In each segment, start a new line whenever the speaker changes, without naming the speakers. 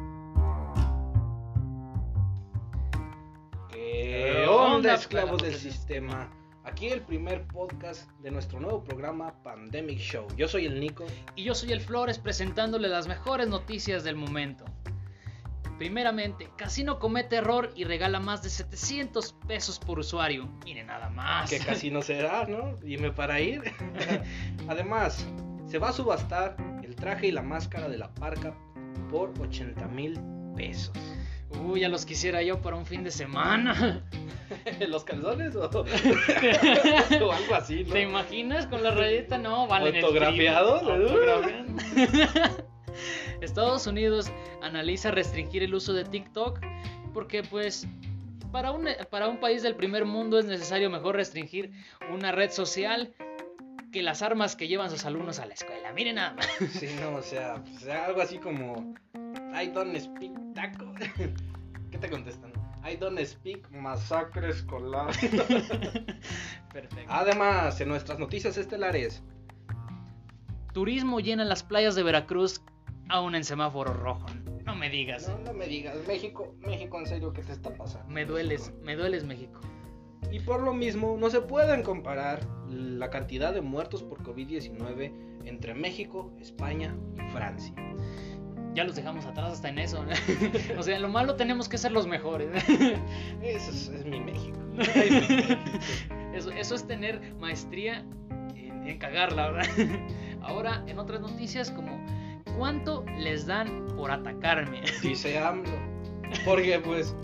Hola Eh, esclavos del sistema. Aquí el primer podcast de nuestro nuevo programa Pandemic Show. Yo soy el Nico.
Y yo soy el Flores presentándole las mejores noticias del momento. Primeramente, Casino comete error y regala más de 700 pesos por usuario. Mire nada más.
Que casi no será, ¿no? Dime para ir. Además, se va a subastar el traje y la máscara de la parca por 80 mil pesos.
Uy, ya los quisiera yo para un fin de semana.
¿Los calzones o, o algo así, no?
¿Te imaginas con la rayeta? No, valen el
¿Autografiados?
triple. Autografiados. Estados Unidos analiza restringir el uso de TikTok porque pues para un, para un país del primer mundo es necesario mejor restringir una red social que las armas que llevan sus alumnos a la escuela. Miren nada más.
Sí, no, o sea, o sea, algo así como I don't speak taco. ¿Qué te contestan? I don't speak masacre escolar.
Perfecto.
Además, en nuestras noticias estelares,
Turismo llena las playas de Veracruz aún en semáforo rojo. No me digas.
no, no me digas, México, México, en serio, ¿qué te está pasando?
Me dueles, me dueles México.
Y por lo mismo, no se pueden comparar la cantidad de muertos por COVID-19 entre México, España y Francia.
Ya los dejamos atrás hasta en eso. ¿no? o sea, en lo malo tenemos que ser los mejores.
Eso es, es mi México.
Eso, eso es tener maestría en, en cagarla, ¿verdad? Ahora, en otras noticias, como ¿cuánto les dan por atacarme?
Dice AMLO. Porque pues,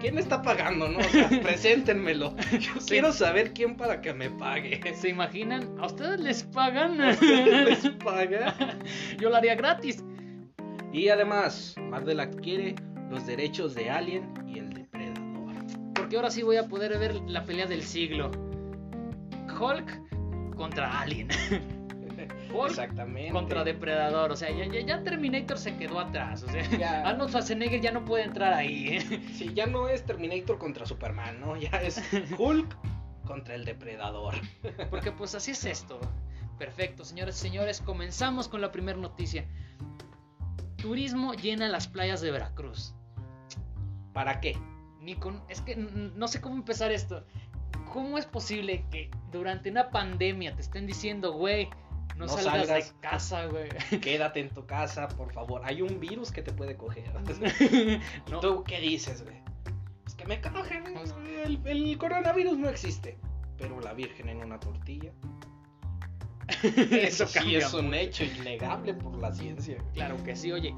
¿quién está pagando, no? O sea, preséntenmelo. Yo quiero saber quién para que me pague.
¿Se imaginan? ¿A ustedes les pagan?
¿Les paga?
Yo lo haría gratis.
Y además, Marvel adquiere los derechos de Alien y el Depredador.
Porque ahora sí voy a poder ver la pelea del siglo. Hulk contra Alien. Hulk
Exactamente.
contra Depredador. O sea, ya, ya, ya Terminator se quedó atrás. O sea,
Ya.
Arnold Schwarzenegger ya no puede entrar ahí. ¿eh?
Sí, ya no es Terminator contra Superman, ¿no? Ya es Hulk contra el Depredador.
Porque pues así es esto. Perfecto, señores y señores, comenzamos con la primera noticia. Turismo llena las playas de Veracruz.
¿Para qué?
Nico, es que n- no sé cómo empezar esto. ¿Cómo es posible que durante una pandemia te estén diciendo, güey, no,
No
salgas,
salgas.
de casa, güey?
Quédate en tu casa, por favor. Hay un virus que te puede coger. ¿Y
No.
tú qué dices, güey? Pues que me cogen. El, el coronavirus no existe. Pero la virgen en una tortilla. Eso sí
cambia
es un hecho innegable por la ciencia. güey.
Claro que sí, oye,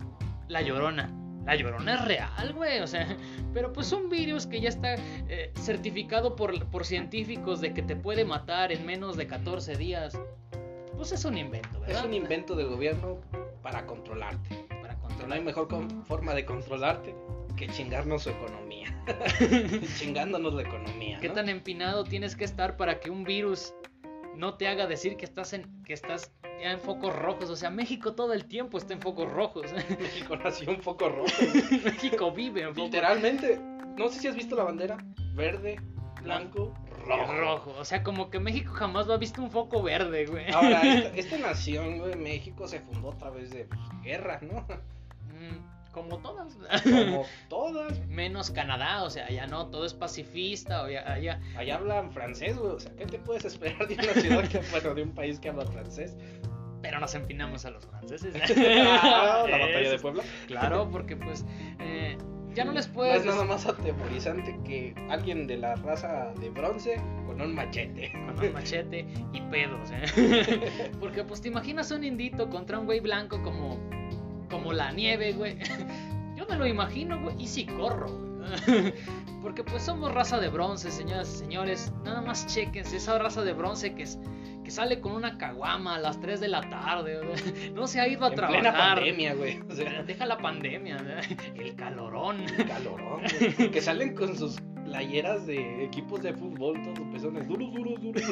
la llorona. La llorona es real, güey, o sea, pero pues un virus que ya está eh, certificado por, por científicos de que te puede matar en menos de 14 días. Pues es un invento, ¿verdad?
Es un invento del gobierno para controlarte.
Para
Pero no
controlar.
hay mejor con- forma de controlarte que chingarnos su economía. Chingándonos la economía.
¿Qué
¿no?
tan empinado tienes que estar para que un virus no te haga decir que estás en que estás ya en focos rojos? O sea, México todo el tiempo está en focos rojos.
México nació un poco rojo.
México vive en focos
Literalmente. No sé si has visto la bandera. Verde, blanco, rojo.
rojo. O sea, como que México jamás lo ha visto un foco verde, güey.
Ahora, esta, esta nación, güey, México se fundó a través de pues, guerras, ¿no?
Mm, Como todas.
Como todas.
Menos Canadá, o sea, allá no, todo es pacifista, o ya- allá,
Allá hablan francés, güey. O sea, ¿qué te puedes esperar de una ciudad que, bueno, de un país que habla francés?
pero nos empinamos a los franceses.
Ah, la batalla de
Eso.
Puebla.
Claro, porque pues eh, ya no les
Mm, No
puedes
es nada más atemorizante que alguien de la raza de bronce con un machete.
con un machete y pedos, ¿eh? Porque pues te imaginas un indito contra un güey blanco como como la nieve, güey. Yo me lo imagino, güey, y si corro. güey. Porque pues somos raza de bronce, señoras y señores. Nada más chequense esa raza de bronce que es que sale con una caguama a las 3 de la tarde, güey. no se ha ido a
En
trabajar.
plena pandemia, güey. O sea,
Deja la pandemia, güey. el calorón.
calorón, güey. Que salen con sus playeras de equipos de fútbol, todos los pezones duros, duros, duros.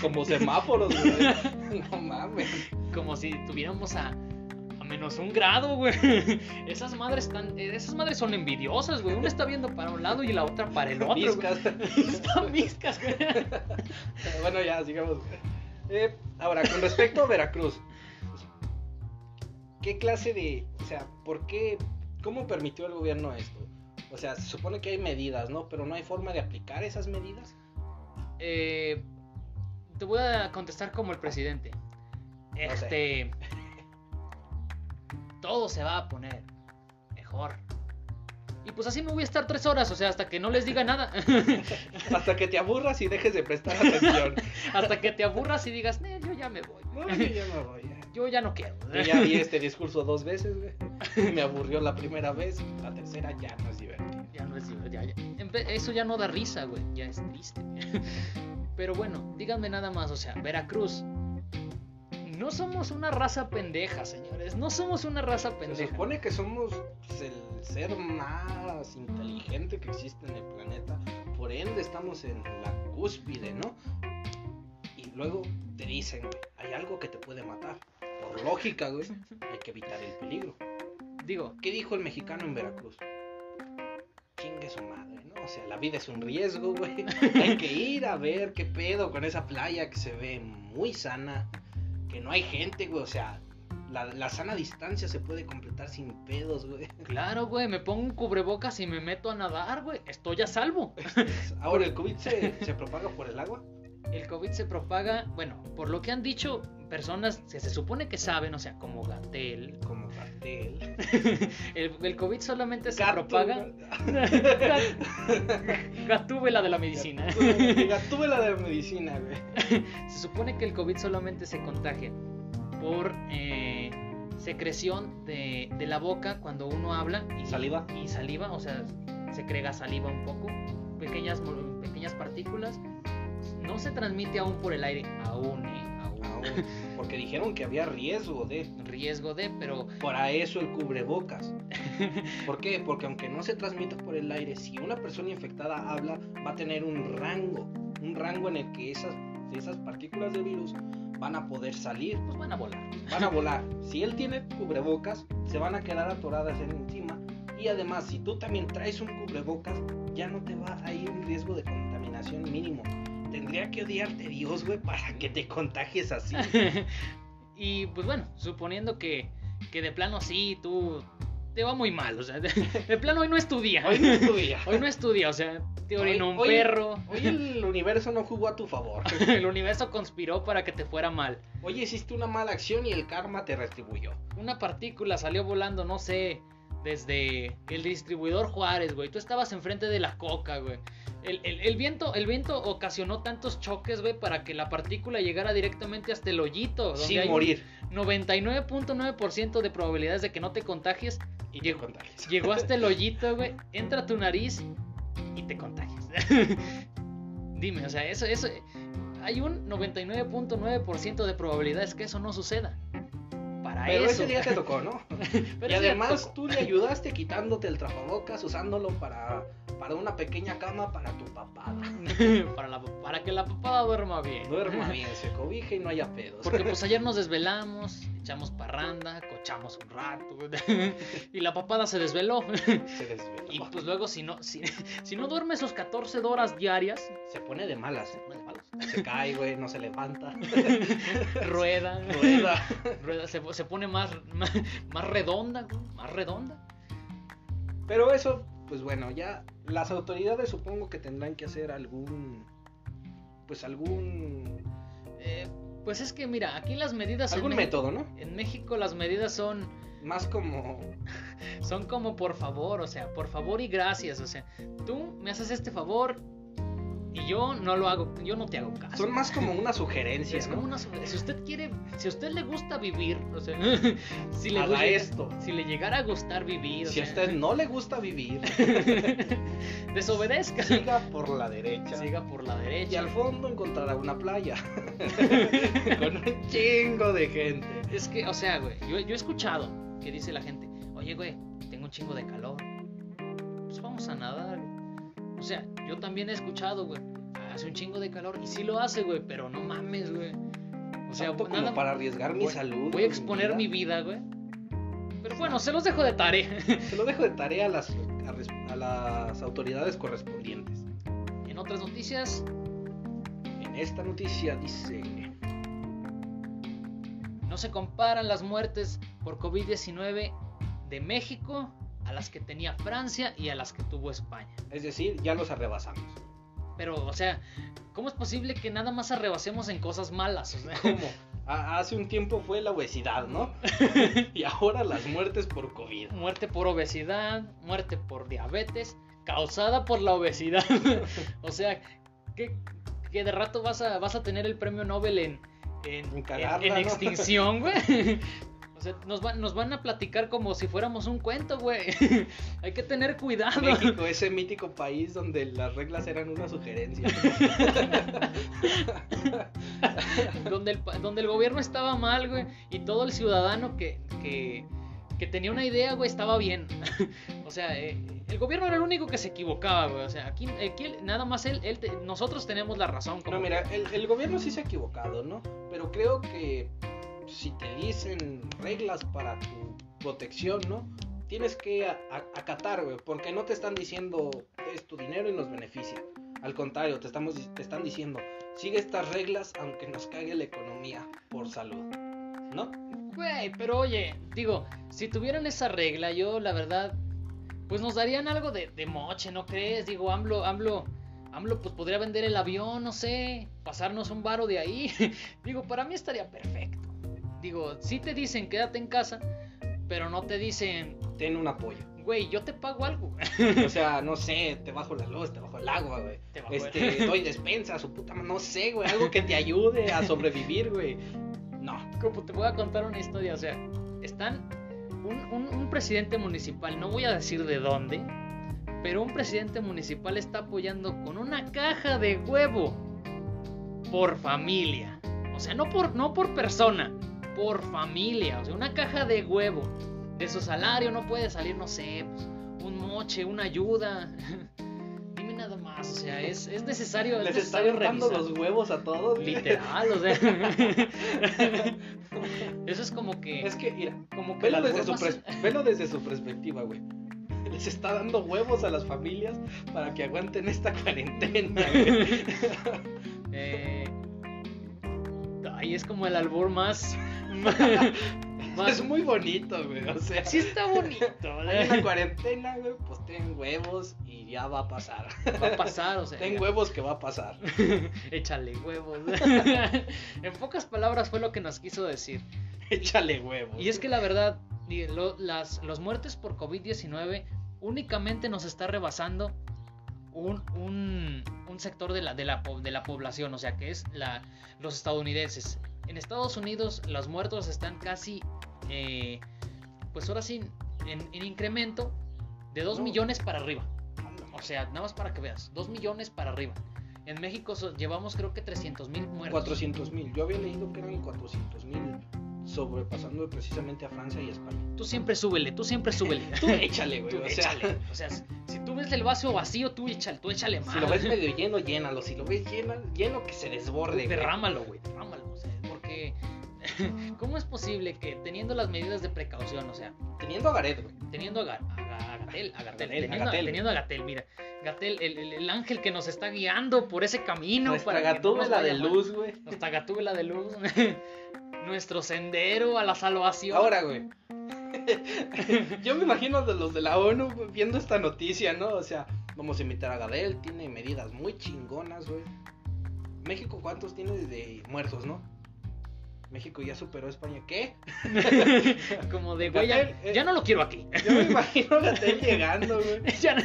Como semáforos, güey. No mames.
Como si tuviéramos a, a menos un grado, güey. Esas madres están, eh, esas madres son envidiosas, güey. Una está viendo para un lado y la otra para el otro. güey.
Viscas.
Están miscas, güey.
bueno, ya, sigamos. Eh, ahora, con respecto a Veracruz, ¿qué clase de. O sea, ¿por qué. ¿Cómo permitió el gobierno esto? O sea, se supone que hay medidas, ¿no? Pero no hay forma de aplicar esas medidas.
Eh, te voy a contestar como el presidente.
sé.
Este. Todo se va a poner mejor. Y pues así me voy a estar tres horas, o sea, hasta que no les diga nada.
Hasta que te aburras y dejes de prestar atención.
hasta que te aburras y digas, "Nee, yo ya me voy.
No, yo ya no voy. eh.
Yo ya no quiero.
Yo ya vi este discurso dos veces, güey. Me aburrió la primera vez, la tercera ya no es divertido.
Ya no es divertido, ya- ya. Empe- Eso ya no da risa, güey. Ya es triste. Pero bueno, díganme nada más. O sea, Veracruz. No somos una raza pendeja, señores. No somos una raza
Se
pendeja.
supone que somos pues, el ser más inteligente que existe en el planeta, por ende estamos en la cúspide, ¿no? Y luego te dicen, güey, hay algo que te puede matar. Por lógica, güey, hay que evitar el peligro.
Digo,
¿Qué dijo el mexicano en Veracruz? Chingue su madre, ¿no? O sea, la vida es un riesgo, güey. Hay que ir a ver qué pedo con esa playa que se ve muy sana, que no hay gente, güey. O sea, la, la sana distancia se puede completar sin pedos, güey.
claro, güey. Me pongo un cubrebocas y me meto a nadar, güey. Estoy a salvo.
Ahora, ¿el COVID se, se propaga por el agua?
El COVID se propaga, bueno, por lo que han dicho personas que se supone que saben, o sea, como Gatel.
Como cartel.
El, el COVID solamente se
Gato,
propaga. Gatúbela de la medicina.
güey. Gatúbela de medicina, güey.
Se supone que el COVID solamente se contagia por eh, secreción de, de la boca cuando uno habla. Y,
Saliva.
Y saliva, o sea, se crega saliva un poco, pequeñas, mol- pequeñas partículas. No se transmite aún por el aire, aún, ¿eh? Aún.
Ah, güey, porque dijeron que había riesgo de...
Riesgo de, pero
Para eso el cubrebocas. ¿Por qué? Porque aunque no se transmita por el aire, si una persona infectada habla, va a tener un rango, un rango en el que esas, esas partículas de virus van a poder salir,
pues van a volar.
van a volar. Si él tiene cubrebocas, se van a quedar atoradas en encima. Y además, si tú también traes un cubrebocas, ya no te va a ir un riesgo de contaminación mínimo. Tendría que odiarte Dios, güey, para que te contagies así.
y pues bueno, suponiendo que, que de plano sí, tú te va muy mal, o sea, de, de plano hoy no es tu día.
Hoy no es tu día.
Hoy no es tu día, o sea, te
Hoy-
orinó un
hoy-
perro.
Hoy el universo no jugó a tu favor.
El universo conspiró para que te fuera mal.
Hoy hiciste una mala acción y el karma te retribuyó.
Una partícula salió volando, no sé, desde el distribuidor Juárez, güey. Tú estabas enfrente de la coca, güey. El, el- el viento, el viento ocasionó tantos choques, güey, para que la partícula llegara directamente hasta el hoyito. Donde
Sin
hay un
morir.
99.9% de probabilidades de que no te contagies.
Y te
llegó,
contagias.
llegó hasta el hoyito, güey. Entra a tu nariz y te contagias. Dime, o sea, eso, eso. Hay un 99.9% de probabilidades que eso no suceda. Para
Pero
eso.
ese día te tocó, ¿no?
Pero
y
ese día
además
tocó.
tú le ayudaste quitándote el trababocas, usándolo para, para una pequeña cama para tu papá.
para, la- para que la papada duerma bien.
Duerma bien, se cobije y no haya pedos.
Porque pues ayer nos desvelamos, echamos parranda, cochamos un rato. y la papada se desveló.
se desveló.
Y pues luego si no, si, si no duerme sus 14 horas diarias,
Se pone de malas.
no es malo,
Se cae, güey, no se levanta.
rueda,
Rueda.
rueda, se, se pone más, más, más redonda, güey, más redonda.
Pero eso, pues bueno, ya las autoridades supongo que tendrán que hacer algún... Pues algún...
Eh, pues es que mira, aquí las medidas... en
Algún
Mex-
método, ¿no?
En México las medidas son,
Más como
son como por favor, o sea, por favor y gracias, o sea, tú me haces este favor y yo no lo hago, yo no te hago caso.
Son más como una
Sí,
sugerencia,
es
¿no?
como una sobre- si usted quiere, si a usted le gusta vivir, o sea, si le,
Haga
gusta,
esto.
si le llegara a gustar vivir, o
Si a
sea,
usted no le gusta vivir,
desobedezca.
siga por la derecha.
Siga por la
Y
derecha.
al fondo encontrará una playa. Con un chingo de gente.
Es que, o sea, güey, yo, yo he escuchado que dice la gente, oye, güey, tengo un chingo de calor. Pues vamos a nadar. güey". O sea, yo también he escuchado, güey, hace un chingo de calor. Y sí lo hace, güey, pero no mames, güey. O sea,
Tanto como
nada
para arriesgar mi
voy-
salud.
Voy a exponer mi vida, güey. Pero bueno, se los dejo de tarea.
Se lo dejo de tarea a las, a res- a las autoridades correspondientes.
En otras noticias,
En esta noticia dice...
no se comparan las muertes por COVID-19 de México a las que tenía Francia y a las que tuvo España.
Es decir, ya los arrebasamos.
Pero, o sea, ¿cómo es posible que nada más arrebasemos en cosas malas? O sea,
¿Cómo? A- hace un tiempo fue la obesidad, ¿no? y ahora las muertes por COVID.
muerte por obesidad, muerte por diabetes, causada por la obesidad. o sea, que, que de rato vas a, vas a tener el premio Nobel en, en,
En cagarla,
en- en
¿no?
extinción, güey. O sea, nos, van- nos van a platicar como si fuéramos un cuento, güey. Hay que tener cuidado.
México, ese mítico país donde las reglas eran una sugerencia.
donde el, pa- donde el gobierno estaba mal, güey, y todo el ciudadano que, que, que tenía una idea, güey, estaba bien. o sea, eh, el gobierno era el único que se equivocaba, güey. O sea, aquí, aquí él- nada más él, él te- nosotros tenemos la razón. como-
No, mira, el, el gobierno sí se ha equivocado, ¿no? Pero creo que si te dicen reglas para tu protección, ¿no? Tienes que a- a- acatar, güey, porque no te están diciendo es tu dinero y nos beneficia. Al contrario, te, estamos, te están diciendo, sigue estas reglas aunque nos cague la economía por salud, ¿no?
Güey, pero oye, digo, si tuvieran esa regla, yo la verdad, pues nos darían algo de, de moche, ¿no crees? Digo, AMLO, AMLO, AMLO, pues podría vender el avión, no sé, pasarnos un varo de ahí. digo, para mí estaría perfecto. Digo, si te dicen quédate en casa, pero no te dicen,
Ten un apoyo.
güey, yo te pago algo.
O sea, no sé, te bajo la luz, te bajo el agua, güey.
Te bajo el-
Este, doy despensa, su puta, ma- no sé, güey, algo que te ayude a sobrevivir, güey. No.
Como te voy a contar una historia, o sea, están un, un- un presidente municipal, no voy a decir de dónde, pero un presidente municipal está apoyando con una caja de huevo por familia. O sea, no por, no por persona, por familia. O sea, una caja de huevo. De su salario no puede salir, no sé, pues, un moche, una ayuda. Dime nada más, o sea, es, es necesario, Pues es
Les están
necesario
dando
revisar.
los huevos a todos. güey.
Literal, o sea. Eso es como que.
Es que, mira,
como que
velo
las
desde, su
bromas-
pres- velo desde su perspectiva, güey. Les está dando huevos a las familias para que aguanten esta cuarentena, güey.
Eh, Ay, es como el albur más. más...
Es muy bonito, güey. O sea,
Sí está bonito, o
hay
sea,
una cuarentena, güey, pues ten huevos y ya va a pasar.
Va a pasar, o sea.
Ten huevos que va a pasar.
Échale huevos. en pocas palabras fue lo que nos quiso decir.
Échale huevos.
Y es que la verdad, y lo- las, los muertes por COVID-19 únicamente nos está rebasando un, un- un sector de la, de, la, po- de la población, o sea que es la, los estadounidenses. En Estados Unidos los muertos están casi, eh, pues ahora sí, en, en incremento de 2
No.
millones para arriba. O sea, nada más para que veas, 2 millones para arriba. En México so- llevamos creo que 300 mil muertos.
400 mil. Yo había leído que eran 400 mil, sobrepasando precisamente a Francia y España.
Tú siempre súbele, tú siempre súbele.
Tú échale, güey.
Tú
o sea,
échale. O sea, si si tú ves el vaso vacío, tú échale, tú échale más.
si lo ves medio lleno, llénalo. Si lo ves lleno, lleno que se desborde. güey.
derrámalo, güey, derrámalo. O sea, porque, ¿cómo es posible que teniendo las medidas de precaución, o sea,
Teniendo a Garet, güey.
teniendo a, Ga- a- a Gatel, a Gatel,
Gatel,
teniendo,
a Gatel.
teniendo a Gatel, mira, Gatel, el, el- el ángel que nos está guiando por ese camino.
Nuestra
para que no nos
gatúbela
vaya
de
mal.
luz, güey.
Nuestra gatúbela de luz. Nuestro sendero a la salvación.
Ahora, güey. Yo me imagino de los de la ONU güey, viendo esta noticia, ¿no? O sea, vamos a invitar a Gadel, tiene medidas muy chingonas, güey. México, ¿cuántos tiene de muertos, no? México ya superó a España. ¿Qué?
como de, güey, ya,
Gatel, eh.
ya no lo quiero aquí.
Yo me imagino a Gatel llegando, güey.
Ya no-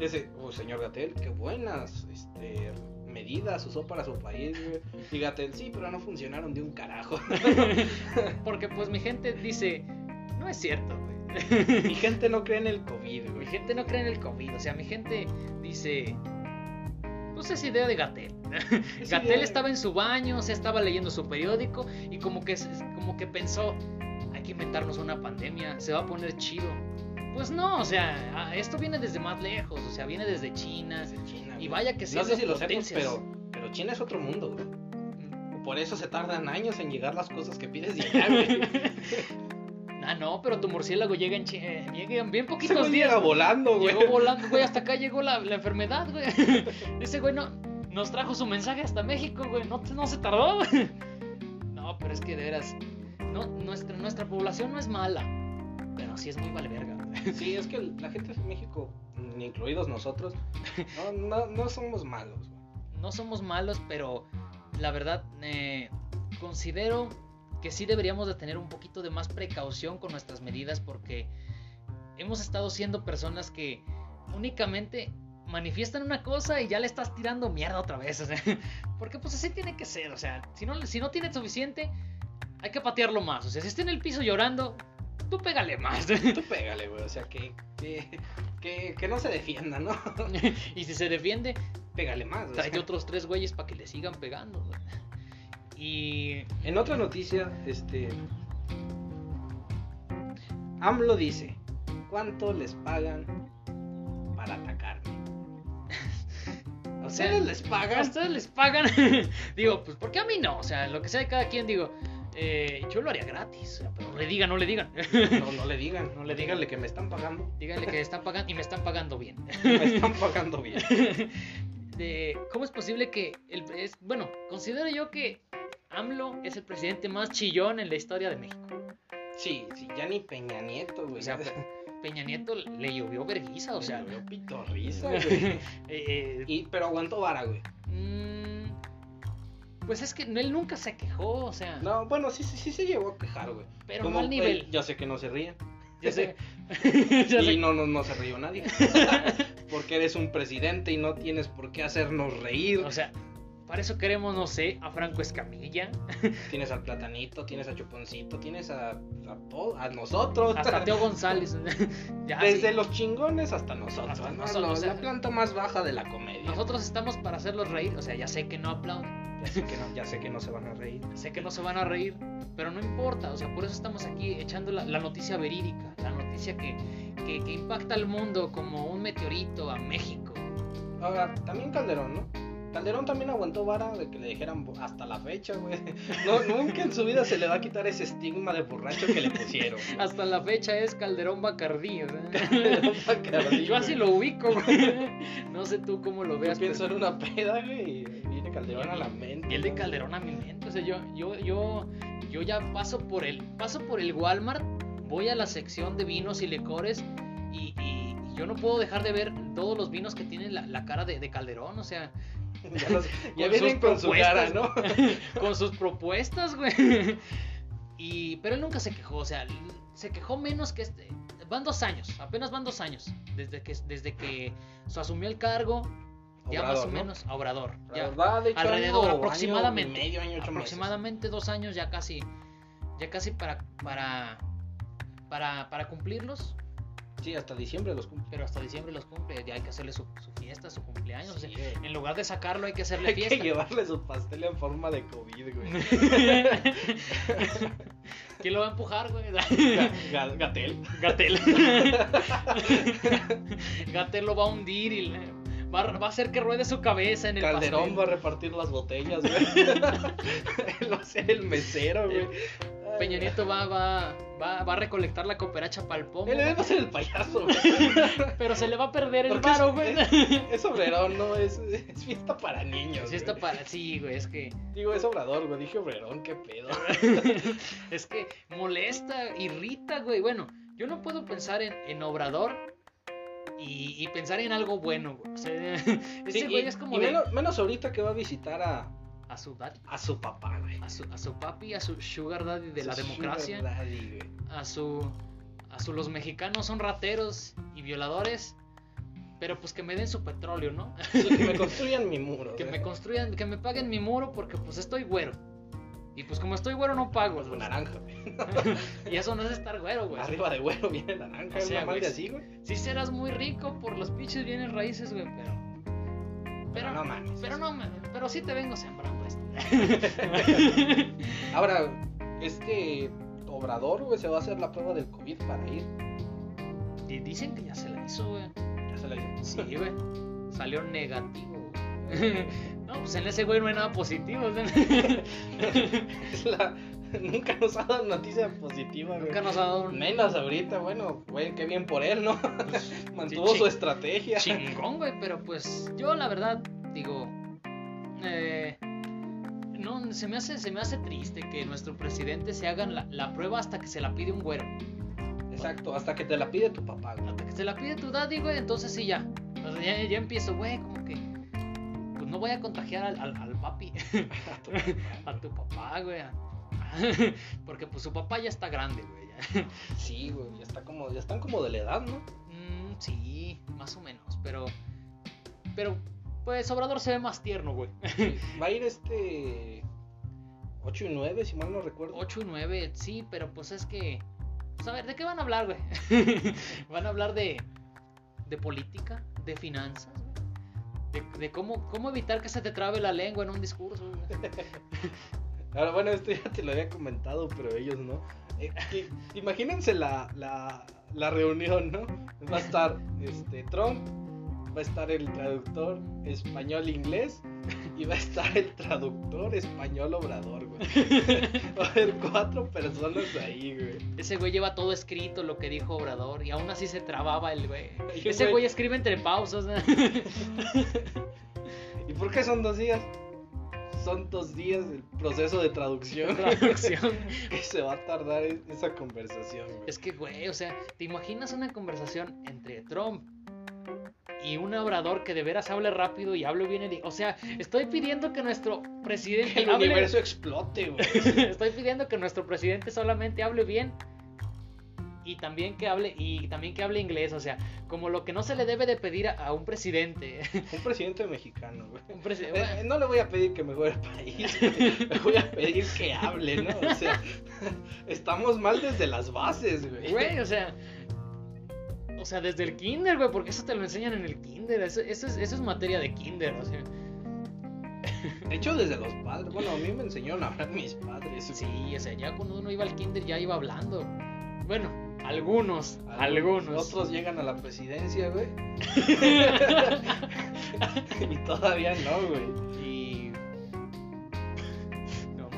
Ese, oh, señor Gatel, qué buenas este, medidas usó para su país, güey. Y Gatel, sí, pero no funcionaron de un carajo.
Porque pues mi gente dice, no es cierto, güey.
Mi gente no cree en el COVID,
Mi
güey.
gente no cree en el COVID, o sea, mi gente dice, pues es idea de Gatel.
eh.
Gatel estaba en su baño, se estaba leyendo su periódico y como que, como que pensó, hay que inventarnos una pandemia, se va a poner chido. Pues no, o sea, a- esto viene desde más lejos, o sea, viene desde China.
Desde China,
Y
güey.
vaya que sí,
No sé
esas
si lo sepas,
potencias.
pero, pero China es otro mundo, güey. Por eso se tardan años en llegar las cosas que pides de allá, güey.
Ah, no, pero tu murciélago llega en, chi- eh, llega en bien
Ese
poquitos
güey
días.
llega volando, güey.
Llegó volando, güey, hasta acá llegó la, la enfermedad, güey. Ese güey no, nos trajo su mensaje hasta México, güey. No, no se tardó, güey. No, pero es que de veras, no, nuestra, nuestra población no es mala. Pero pero sí es muy vale verga.
Sí, es que la gente de México, incluidos nosotros, no, no, no somos malos. güey.
No somos malos, pero la verdad eh, considero que sí deberíamos de tener un poquito de más precaución con nuestras medidas porque hemos estado siendo personas que únicamente manifiestan una cosa y ya le estás tirando mierda otra vez. o sea, porque pues así tiene que ser. O sea, si no, si no tienes suficiente, hay que patearlo más. O sea, si está en el piso llorando, tú pégale más.
Tú pégale, güey. O sea, que, que, que, que no se defienda, ¿no?
y si se defiende,
Pégale más. o sea.
trae otros tres güeyes para que le sigan pegando. güey. Y
En otra noticia, este. AMLO dice: ¿Cuánto les pagan para atacarme? ¿A ustedes les
a
pagan?
ustedes les pagan. digo, pues ¿por qué a mí no? O sea, lo que sea de cada quien, digo, eh, yo lo haría gratis. o sea, Pero le digan, no le digan.
No, no le digan, no le díganle que me están pagando.
Díganle que están pagando y me están pagando bien.
Me están pagando bien.
de cómo es posible que el es- bueno, considero yo que AMLO es el presidente más chillón en la historia de México.
Sí, sí, ya ni Peña Nieto, güey.
O sea, Pe- Peña Nieto le llovió vergüenza, o sea,
veo pitorriza, güey.
eh, eh,
Y- Pero aguantó vara, güey.
mm, pues es que él nunca se quejó, o sea,
No, bueno, sí, sí, sí se llevó a quejar, güey.
pero
Como,
no al
güey,
nivel.
yo sé que no se ríen.
Ya sé. Ya sé.
Y no, no, no se rió nadie. Porque eres un presidente y no tienes por qué hacernos reír.
O sea, para eso queremos, no sé, a Franco Escamilla.
Tienes al platanito, tienes a Chuponcito, tienes a, a, to- a nosotros.
Hasta Teo González. Ya,
Desde
sí.
los chingones hasta nosotros.
Hasta
¿no?
nosotros,
Los-
o sea,
la planta más baja de la comedia.
Nosotros estamos para hacerlos reír. O sea, ya sé que no aplauden.
Ya, sé que no, ya sé que no se van a reír.
Sé que no se van a reír. Pero no importa. O sea, por eso estamos aquí echando la, la noticia verídica. La noticia que, que, que impacta al mundo como un meteorito a México.
Ahora, también Calderón, ¿no? Calderón también aguantó vara de que le dijeran bo- hasta la fecha, güey. No, nunca en su vida se le va a quitar ese estigma de borracho que le pusieron.
Hasta la fecha es Calderón Bacardí. o sea.
Calderón Bacardí,
Yo así
güey.
lo ubico. güey. No sé tú cómo lo
Yo
veas. pero-
pienso en una peda, güey, y viene Calderón a la mente.
Y el de Calderón a mi mente. O sea, yo, yo, yo, yo ya paso por el, paso por el Walmart, voy a la sección de vinos y licores y, y- y yo no puedo dejar de ver todos los vinos que tienen la, la cara de, de Calderón. O sea,
Ya, los- ya
Con
vienen
sus
con su cara,
propuestas.
¿no?
con sus propuestas, güey. Y, pero él nunca se quejó. O sea, se quejó menos que este. Van dos años, apenas van dos años desde que, desde que se asumió el cargo. ya más o
Obrador, ¿no?
menos a Obrador.
La
ya.
verdad, de hecho,
alrededor,
año-
aproximadamente,
año y medio, año, ocho
aproximadamente dos años ya casi ya casi para para para, para cumplirlos
meses. Sí, hasta diciembre los cumple.
pero hasta diciembre los cumple ya hay que hacerle su, su fiesta su cumpleaños o sea,
Sí, güey.
en lugar de sacarlo hay que hacerle
Hay que
fiesta
llevarle su pastel en forma de COVID, güey.
quién lo va a empujar güey
Ga- ga- Gatel.
Gatel Gatel lo va a hundir y le- va, a- va a hacer que ruede su cabeza en el
Calderón
pastel.
va a repartir las botellas, güey. Va a ser el mesero, güey. Ay,
Peña Nieto va, va, va, va a recolectar la cooperacha para el pomo,
Él él va a ser el payaso, güey.
pero se le va a perder el
Porque es-
varo, güey.
es, es obrerón, no, es, es fiesta para niños.
Sí, está
güey.
para... sí, güey, es que,
Digo, es obrador, güey. Dije obrerón, qué pedo.
es que molesta, irrita, güey. Bueno, yo no puedo pensar en, en Obrador y, y pensar en algo bueno, güey. O sea, ese
Sí,
güey
y-
es como
y
de-
menos, menos ahorita que va a visitar a,
a su daddy,
a su papá, güey.
a su, a su papi, a su sugar daddy de la
Su
democracia,
sugar daddy, güey.
a su a su los mexicanos son rateros y violadores, pero pues que me den su petróleo, ¿no?
Sí, que me construyan mi muro.
que
güey.
me construyan, que me paguen mi muro porque pues estoy güero. Y pues como estoy güero no pago,
Con
güey.
naranja, güey.
Y eso no es estar güero, güey.
Arriba de güero viene naranja,
O
es
sea,
una madre
güey,
así, güey.
Sí serás muy rico por los pinches bienes raíces, güey, pero... Pero
no mames.
Pero no, me- pero sí te vengo sembrando esto.
Ahora, este obrador, güey, se va a hacer la prueba del COVID para ir.
Y dicen que ya se la hizo, güey.
Ya se la hizo.
Sí, güey. Salió negativo, güey. No, pues en ese güey no hay nada positivo. o sea,
Es la- Nunca nos ha dado noticia positiva, güey.
Nunca nos ha dado un
Menos ahorita, bueno, güey, qué bien por él, ¿no?
Pues,
Mantuvo
sí,
su
sí.
estrategia.
chingón, güey. Pero pues yo la verdad digo... eh, no, se me, hace, se me hace triste que nuestro presidente se hagan la, la prueba hasta que se la pide un güero.
Es Exacto, hasta que te la pide tu papá, güey.
Hasta que se la pide tu daddy, güey, entonces sí ya. O sea, ya, ya empiezo, güey, como que. Pues no voy a contagiar al, al, al papi,
A tu papá.
a tu papá, güey. a- Porque pues su papá ya está grande, güey. ya.
Sí, güey, ya, está como, ya están como de la edad, ¿no?
Mm, sí, más o menos, pero. Pero, pues Obrador se ve más tierno, güey.
Va a ir este 8 y 9, si mal no recuerdo.
8 y 9, sí, pero pues es que. Pues a ver, ¿de qué van a hablar, güey? van a hablar de. de política, de finanzas, güey, de, de cómo, cómo evitar que se te trabe la lengua en un discurso, güey.
Ahora, bueno, esto ya te lo había comentado, pero ellos no. Eh, que- imagínense la, la, la reunión, ¿no? Va a estar este, Trump, va a estar el traductor español-inglés y va a estar el traductor español-obrador, güey. Va a haber cuatro personas ahí, güey.
Ese güey lleva todo escrito lo que dijo Obrador y aún así se trababa el güey.
Ay,
Ese
güey.
güey escribe entre pausas. ¿no?
¿Y por qué son dos días? Son dos días el proceso de traducción
Traducción.
que se va a tardar es- esa conversación, güey.
Es que, güey, o sea, ¿te imaginas una conversación entre Trump y un obrador que de veras hable rápido y hable bien? el- O sea, estoy pidiendo que nuestro
que
presidente
el
hable...
universo explote, güey.
estoy pidiendo que nuestro presidente solamente hable bien y también que hable y también que hable inglés, o sea, como lo que no se le debe de pedir a, a un presidente.
Un presidente mexicano, güey.
Un presi-
Eh, eh, no le voy a pedir que mejore el país, güey. le voy a pedir que hable, ¿no? O sea, estamos mal desde las bases, güey.
Güey, o sea. O sea, desde el kinder, güey, porque eso te lo enseñan en el kinder. Eso, eso es, eso es materia de kinder, o sea.
De hecho, desde los padres. Bueno, a mí me enseñaron a hablar mis padres. güey.
Sí, o sea, ya cuando uno iba al kinder ya iba hablando. Bueno, algunos,
Algunos.
algunos.
Otros llegan a la presidencia, güey. y todavía no, güey.
Y. No.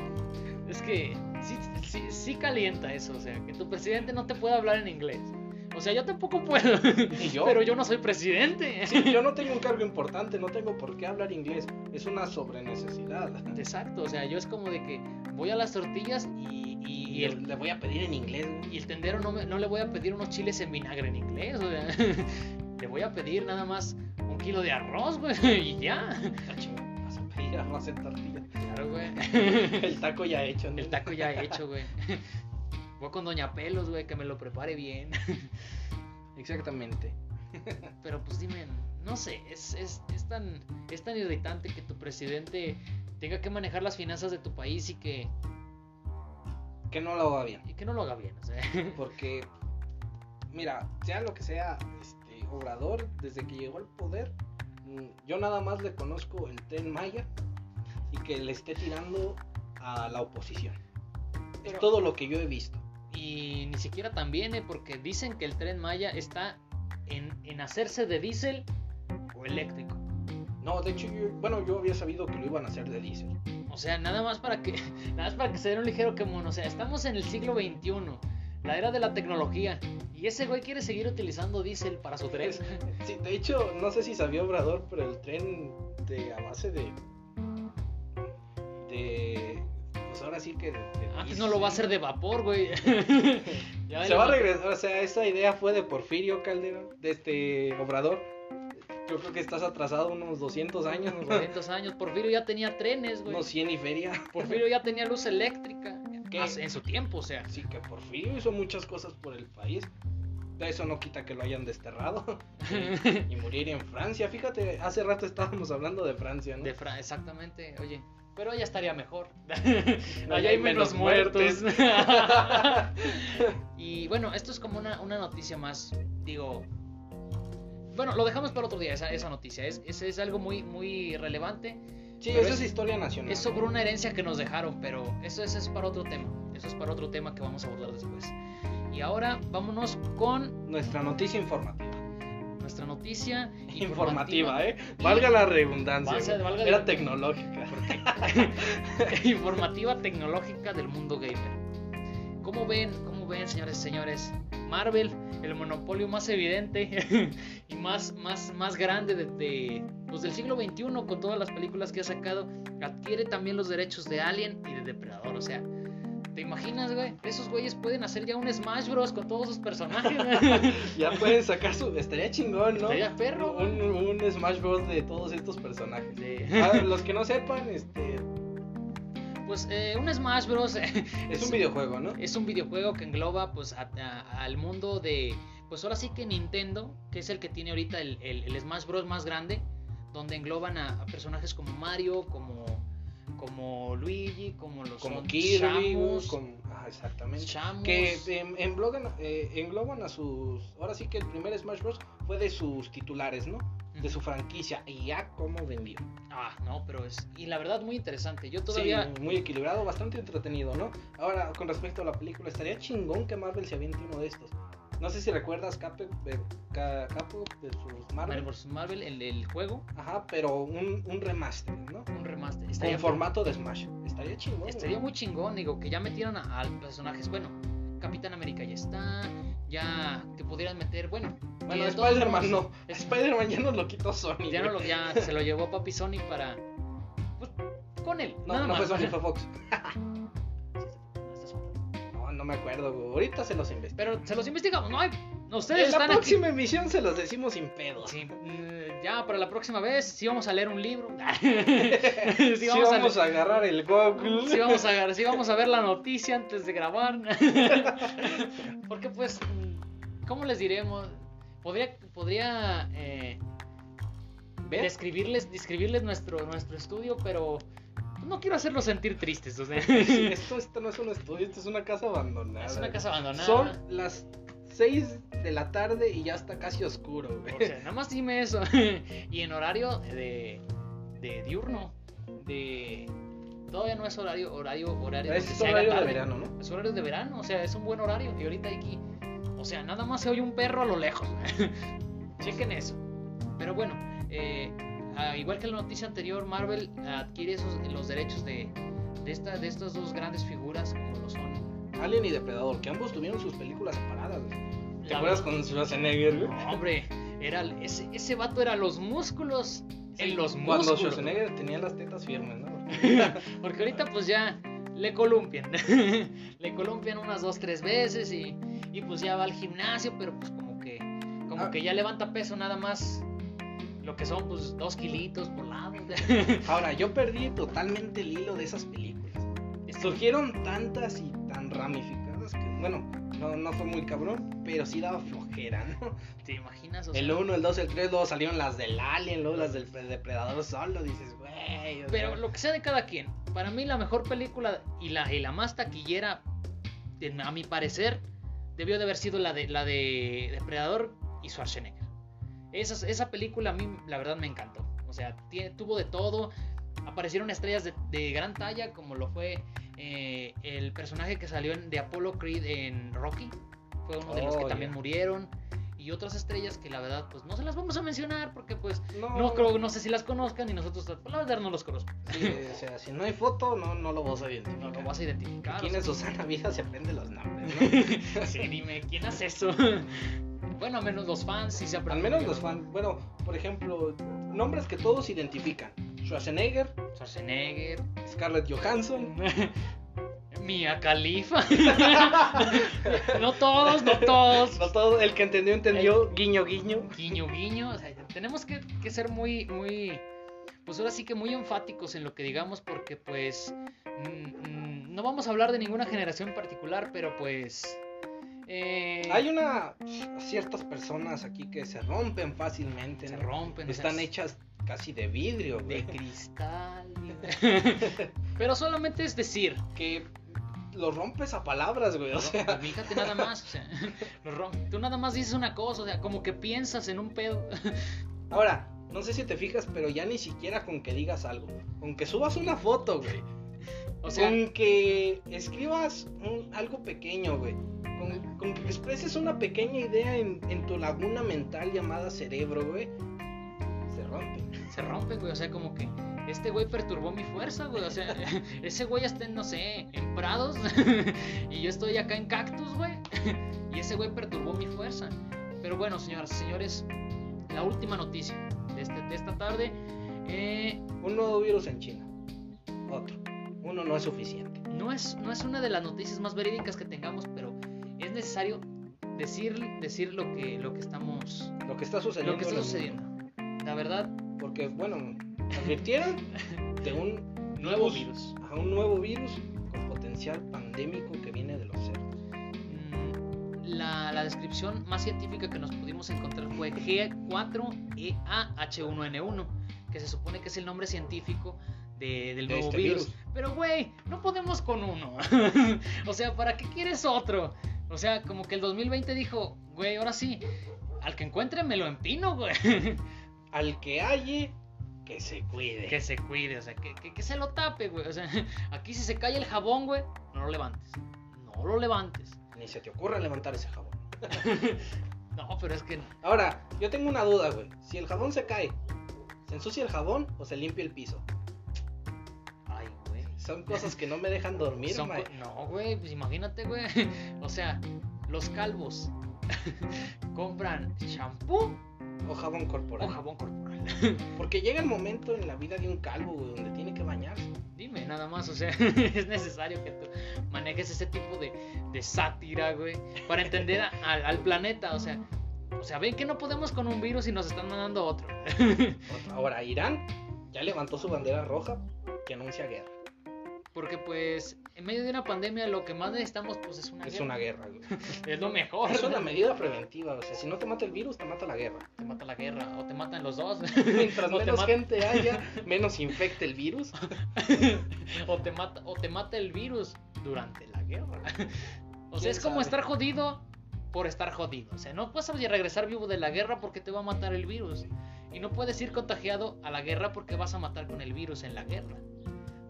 Es que sí, sí, sí calienta eso, o sea, que tu presidente no te pueda hablar en inglés. O sea, yo tampoco puedo.
Y yo.
Pero yo no soy presidente.
Sí, yo no tengo un cargo importante, no tengo por qué hablar inglés. Es una sobrenecesidad.
Exacto, o sea, yo es como de que voy a las tortillas y, y- y
Y
el,
le voy a pedir en inglés, güey.
y el tendero no, me- no le voy a pedir unos chiles en vinagre en inglés, o sea, le voy a pedir nada más un kilo de arroz, güey, y ya.
Ah, chinga, Vas a pedir arroz en tortilla.
Claro, güey.
El taco ya hecho, ¿no?
El taco ya hecho, güey. Voy con Doña Pelos, güey, que me lo prepare bien.
Exactamente.
Pero pues dime, no sé, es, es, es tan, es tan irritante que tu presidente tenga que manejar las finanzas de tu país y que,
Que no lo va bien.
y que no lo haga bien. O sea,
Porque, mira, sea lo que sea, este, Obrador, desde que llegó al poder, mm, yo nada más le conozco el tren Maya y que le esté tirando a la oposición. Es
Pero-
todo lo que yo he visto.
y ni siquiera también, ¿eh? porque dicen que el tren Maya está en, en hacerse de diésel o eléctrico.
No, de hecho, yo- bueno, yo había sabido que lo iban a hacer de diésel.
O sea, nada más para que, nada más para que se den un ligero quemón. O sea, estamos en el siglo XXI, la era de la tecnología. Y ese güey quiere seguir utilizando diésel para su tren.
Sí, de hecho, no sé si sabía Obrador, pero el tren de a base de. de. Pues ahora Ah, sí que. de- de
Antes
diésel.
Ah, no lo va a hacer de vapor, güey. Ya
Se
lo-
va a regresar, o sea, esa idea fue de Porfirio Calderón, de este Obrador. Yo creo que estás atrasado unos 200 años, ¿no?
400 años. Porfirio ya tenía trenes, güey.
unos 100 y feria.
Porfirio ya tenía luz eléctrica.
¿Qué?
Hace- En su tiempo, o sea.
Así que Porfirio hizo muchas cosas por el país. Eso no quita que lo hayan desterrado y morir en Francia. Fíjate, hace rato estábamos hablando de Francia, ¿no?
De Fra- exactamente, oye. Pero ella estaría mejor.
No,
Allá hay menos muertos.
muertes.
y bueno, esto es como una, una noticia más. Digo. Bueno, lo dejamos para otro día, esa, esa noticia. Es, es, es algo muy, muy relevante.
sí,
Pero
eso es,
es-
historia nacional.
Es sobre una herencia que nos dejaron, pero eso, eso es para otro tema. Eso es para otro tema que vamos a abordar después. Y ahora vámonos con
Nuestra noticia informativa.
nuestra noticia
Informativa, ¿eh? Valga la redundancia.
Valga-
güey.
valga la-
Era tecnológica.
informativa tecnológica del mundo gamer. ¿Cómo ven, cómo ven, señores y señores? Marvel, el monopolio más evidente y más, más, más grande de, de- pues, del siglo XXI con todas las películas que ha sacado, adquiere también los derechos de Alien y de Depredador. O sea, ¿Te imaginas, güey? Esos güeyes pueden hacer ya un Smash Bros. con todos sus personajes. güey.
Ya pueden sacar su. Estaría chingón, ¿no?
Estaría perro, güey.
Un, un Smash Bros. de todos estos personajes.
Sí.
Para los que no sepan, este.
Pues eh, un Smash Bros.
Es
Sí.
un videojuego, ¿no?
es un videojuego que engloba pues a- a- al mundo de pues ahora sí que Nintendo que es el que tiene ahorita el, el- el Smash Bros más grande donde engloban a, a personajes como Mario como como Luigi como los
Como
ot-
Kirby, güey,
Shamus,
como- ah, exactamente.
Shamus.
Que em, emblogan- eh, engloban a sus. Ahora sí que el primer Smash Bros. fue de sus titulares, ¿no? De su franquicia. Y ya cómo vendió.
ah no pero es y la verdad muy interesante yo todavía
Sí, muy equilibrado, bastante entretenido, ¿no? Ahora, con respecto a la película, estaría chingón que Marvel se aviente uno de estos. No sé si recuerdas Cape, eh, Ca- Capo de sus
Marvel
Marvel.
vs Marvel el, el juego
Ajá, pero un, un remaster, ¿no?
un remaster
Con
estaría
formato de Smash. Estaría chingón.
Estaría
güey.
muy chingón, digo, que ya metieran a, a personajes, bueno, Capitán América ya está, ya que pudieran meter, bueno,
Bueno,
que de todos
Spider-Man
modos-
no. Spider-man ya nos lo quitó Sony.
Ya no
güey.
lo, ya se lo llevó Papi Sony para, pues, con él,
No,
nada
no fue
más.
Sony, fue Fox.
Este es otro.
No, no me acuerdo, güey. Ahorita se los investigo.
Pero se los investigamos, no hay, no, ustedes
En la
están aquí.
próxima emisión se los decimos sin pedo.
Sí, mm, ya para la próxima vez, si vamos a leer un libro, Ah,
Si
si
vamos, a, agarrar el Google.
Sí vamos, a, sí vamos a ver la noticia antes de grabar. Porque pues, ¿cómo les diremos? Podría, podría eh,
¿Ves?
describirles, describirles nuestro, nuestro estudio, pero no quiero hacerlos sentir tristes. o sea.
Sí, esto, esto no es un estudio, esto es una casa abandonada.
es una casa abandonada.
Son las 6 de la tarde y ya está casi oscuro, güey.
O sea, nada más dime eso. y en horario de, de diurno, de... Todavía no es horario, horario, horario.
es
que
es
se haga
horario de
tarde.
verano, ¿no?
Es horario de verano, o sea, es un buen horario. Y ahorita aquí, o sea, nada más se oye un perro a lo lejos. Chequen eso. Pero bueno, eh, ah, igual que la noticia anterior, Marvel adquiere esos, los derechos de, de, esta, de estas dos grandes figuras, como lo son.
Alien y Depredador, que ambos tuvieron sus películas separadas. güey. ¿Te
la-
acuerdas con Schwarzenegger, güey?
No, hombre, era, ese, ese vato era los músculos en los músculos.
Cuando Schwarzenegger tenía las tetas firmes, ¿no?
Porque ahorita pues ya le columpian. le columpian unas dos, tres veces y, y, pues ya va al gimnasio, pero pues como que como
Ah.
que ya levanta peso nada más. Lo que son pues dos kilitos por lado.
Ahora, yo perdí totalmente el hilo de esas películas. Surgieron tantas y tan ramificadas que, bueno, no, no fue muy cabrón, pero sí daba flojera, ¿no?
¿Te imaginas? O sea,
El 1, el 2, el 3, luego salieron las del Alien, luego las del pre- Depredador solo, dices, güey. o
Pero
sea,
lo que sea de cada quien. Para mí la mejor película y la, y la más taquillera, en- a mi parecer, debió de haber sido la de, la de Depredador y Schwarzenegger. Esa, esa película a mí la verdad me encantó. O sea, tie- tuvo de todo. Aparecieron estrellas de, de gran talla como lo fue eh, el personaje que salió en- de Apollo Creed en Rocky. Fue uno de los
Oh,
que
ya.
también murieron. Y otras estrellas que la verdad pues no se las vamos a mencionar porque pues
no,
no creo, no sé si las conozcan y nosotros pues, la verdad no los conozco.
sí, o sea, si no hay foto, no, no lo vas a identificar.
No lo vas a identificar.
Aquí
o
en
sea,
Susana Vida se aprende los nombres, ¿no?
sí, dime, ¿quién hace eso? bueno, a menos los fans sí se
Al
aprenden.
menos los fans. Bueno, por ejemplo, nombres que todos identifican: Schwarzenegger,
Schwarzenegger,
Scarlett Johansson.
Mia Khalifa. no todos, no todos.
No todo el que entendió, entendió. Guiño, guiño.
Guiño, guiño. o sea, tenemos que, que ser muy, muy. Pues ahora sí que muy enfáticos en lo que digamos, porque pues. mm, mm, no vamos a hablar de ninguna generación en particular, pero pues. eh,
Hay una. Ciertas personas aquí que se rompen fácilmente.
Se
¿no?
rompen. o sea,
Están hechas casi de vidrio, güey.
de cristal. Pero solamente es decir,
que lo rompes a palabras, güey. O sea,
fíjate nada más, o sea, lo rom- tú nada más dices una cosa, o sea, como que piensas en un pedo.
ahora, no sé si te fijas, pero ya ni siquiera con que digas algo. Con que subas una foto, güey.
O sea,
con que escribas un- algo pequeño, güey. Con, con que expreses una pequeña idea en, en tu laguna mental llamada cerebro, güey. Se rompe.
se rompe, güey, o sea, como que este güey perturbó mi fuerza, güey, o sea, ese güey está en, no sé, en prados y yo estoy acá en cactus, güey, y ese güey perturbó mi fuerza. Pero bueno, señoras y señores, la última noticia de, este- de esta tarde. eh,
Un nuevo virus en China. Otro. Uno no es suficiente.
no es, no es una de las noticias más verídicas que tengamos, pero es necesario decir, decir lo, que, lo que estamos.
Lo que está sucediendo.
Lo que está
en el
sucediendo. La verdad,
mundo. Porque, bueno, advirtieron de un
nuevo virus.
a un nuevo virus con potencial pandémico que viene de los cerdos.
Mm, La, la descripción más científica que nos pudimos encontrar fue E G4EAH1N1, que se supone que es el nombre científico de- del
De
nuevo
este
virus.
virus.
Pero, güey, no podemos con uno. o sea, ¿para qué quieres otro? O sea, como que el 2020 dijo, güey, ahora sí, al que encuentre me lo empino, güey.
Al que halle, que se cuide.
que se cuide, o sea, que, que- que se lo tape, güey. O sea, aquí si se cae el jabón, güey, no lo levantes. No lo levantes.
Ni se te ocurra levantar ese jabón.
No, pero es que
Ahora, yo tengo una duda, güey. Si el jabón se cae, ¿se ensucia el jabón o se limpia el piso?
Ay, güey.
Son cosas que no me dejan dormir,
Son
ma.
co- no, güey, pues imagínate, güey. O sea, los calvos compran shampoo
O jabón corporal.
o jabón corporal.
Porque llega el momento en la vida de un calvo, güey, donde tiene que bañarse.
Dime, nada más, o sea, es necesario que tú manejes ese tipo de, de sátira, güey, para entender a- al, al planeta, o sea. O sea, ven que no podemos con un virus y nos están mandando otro.
Ahora, Irán ya levantó su bandera roja que anuncia guerra.
Porque pues, en medio de una pandemia lo que más necesitamos pues es una
es
guerra.
una guerra, güey.
Es lo mejor.
Es una medida preventiva, o sea, si no te mata el virus, te mata la guerra.
Te mata la guerra o te matan los dos.
Mientras
O te
menos
mat-
gente haya, menos infecta el virus.
o, te mata, o te mata el virus durante la guerra. O sea,
¿Quién
es como
sabe?
estar jodido por estar jodido. O sea, no puedes regresar vivo de la guerra porque te va a matar el virus. Y no puedes ir contagiado a la guerra porque vas a matar con el virus en la guerra.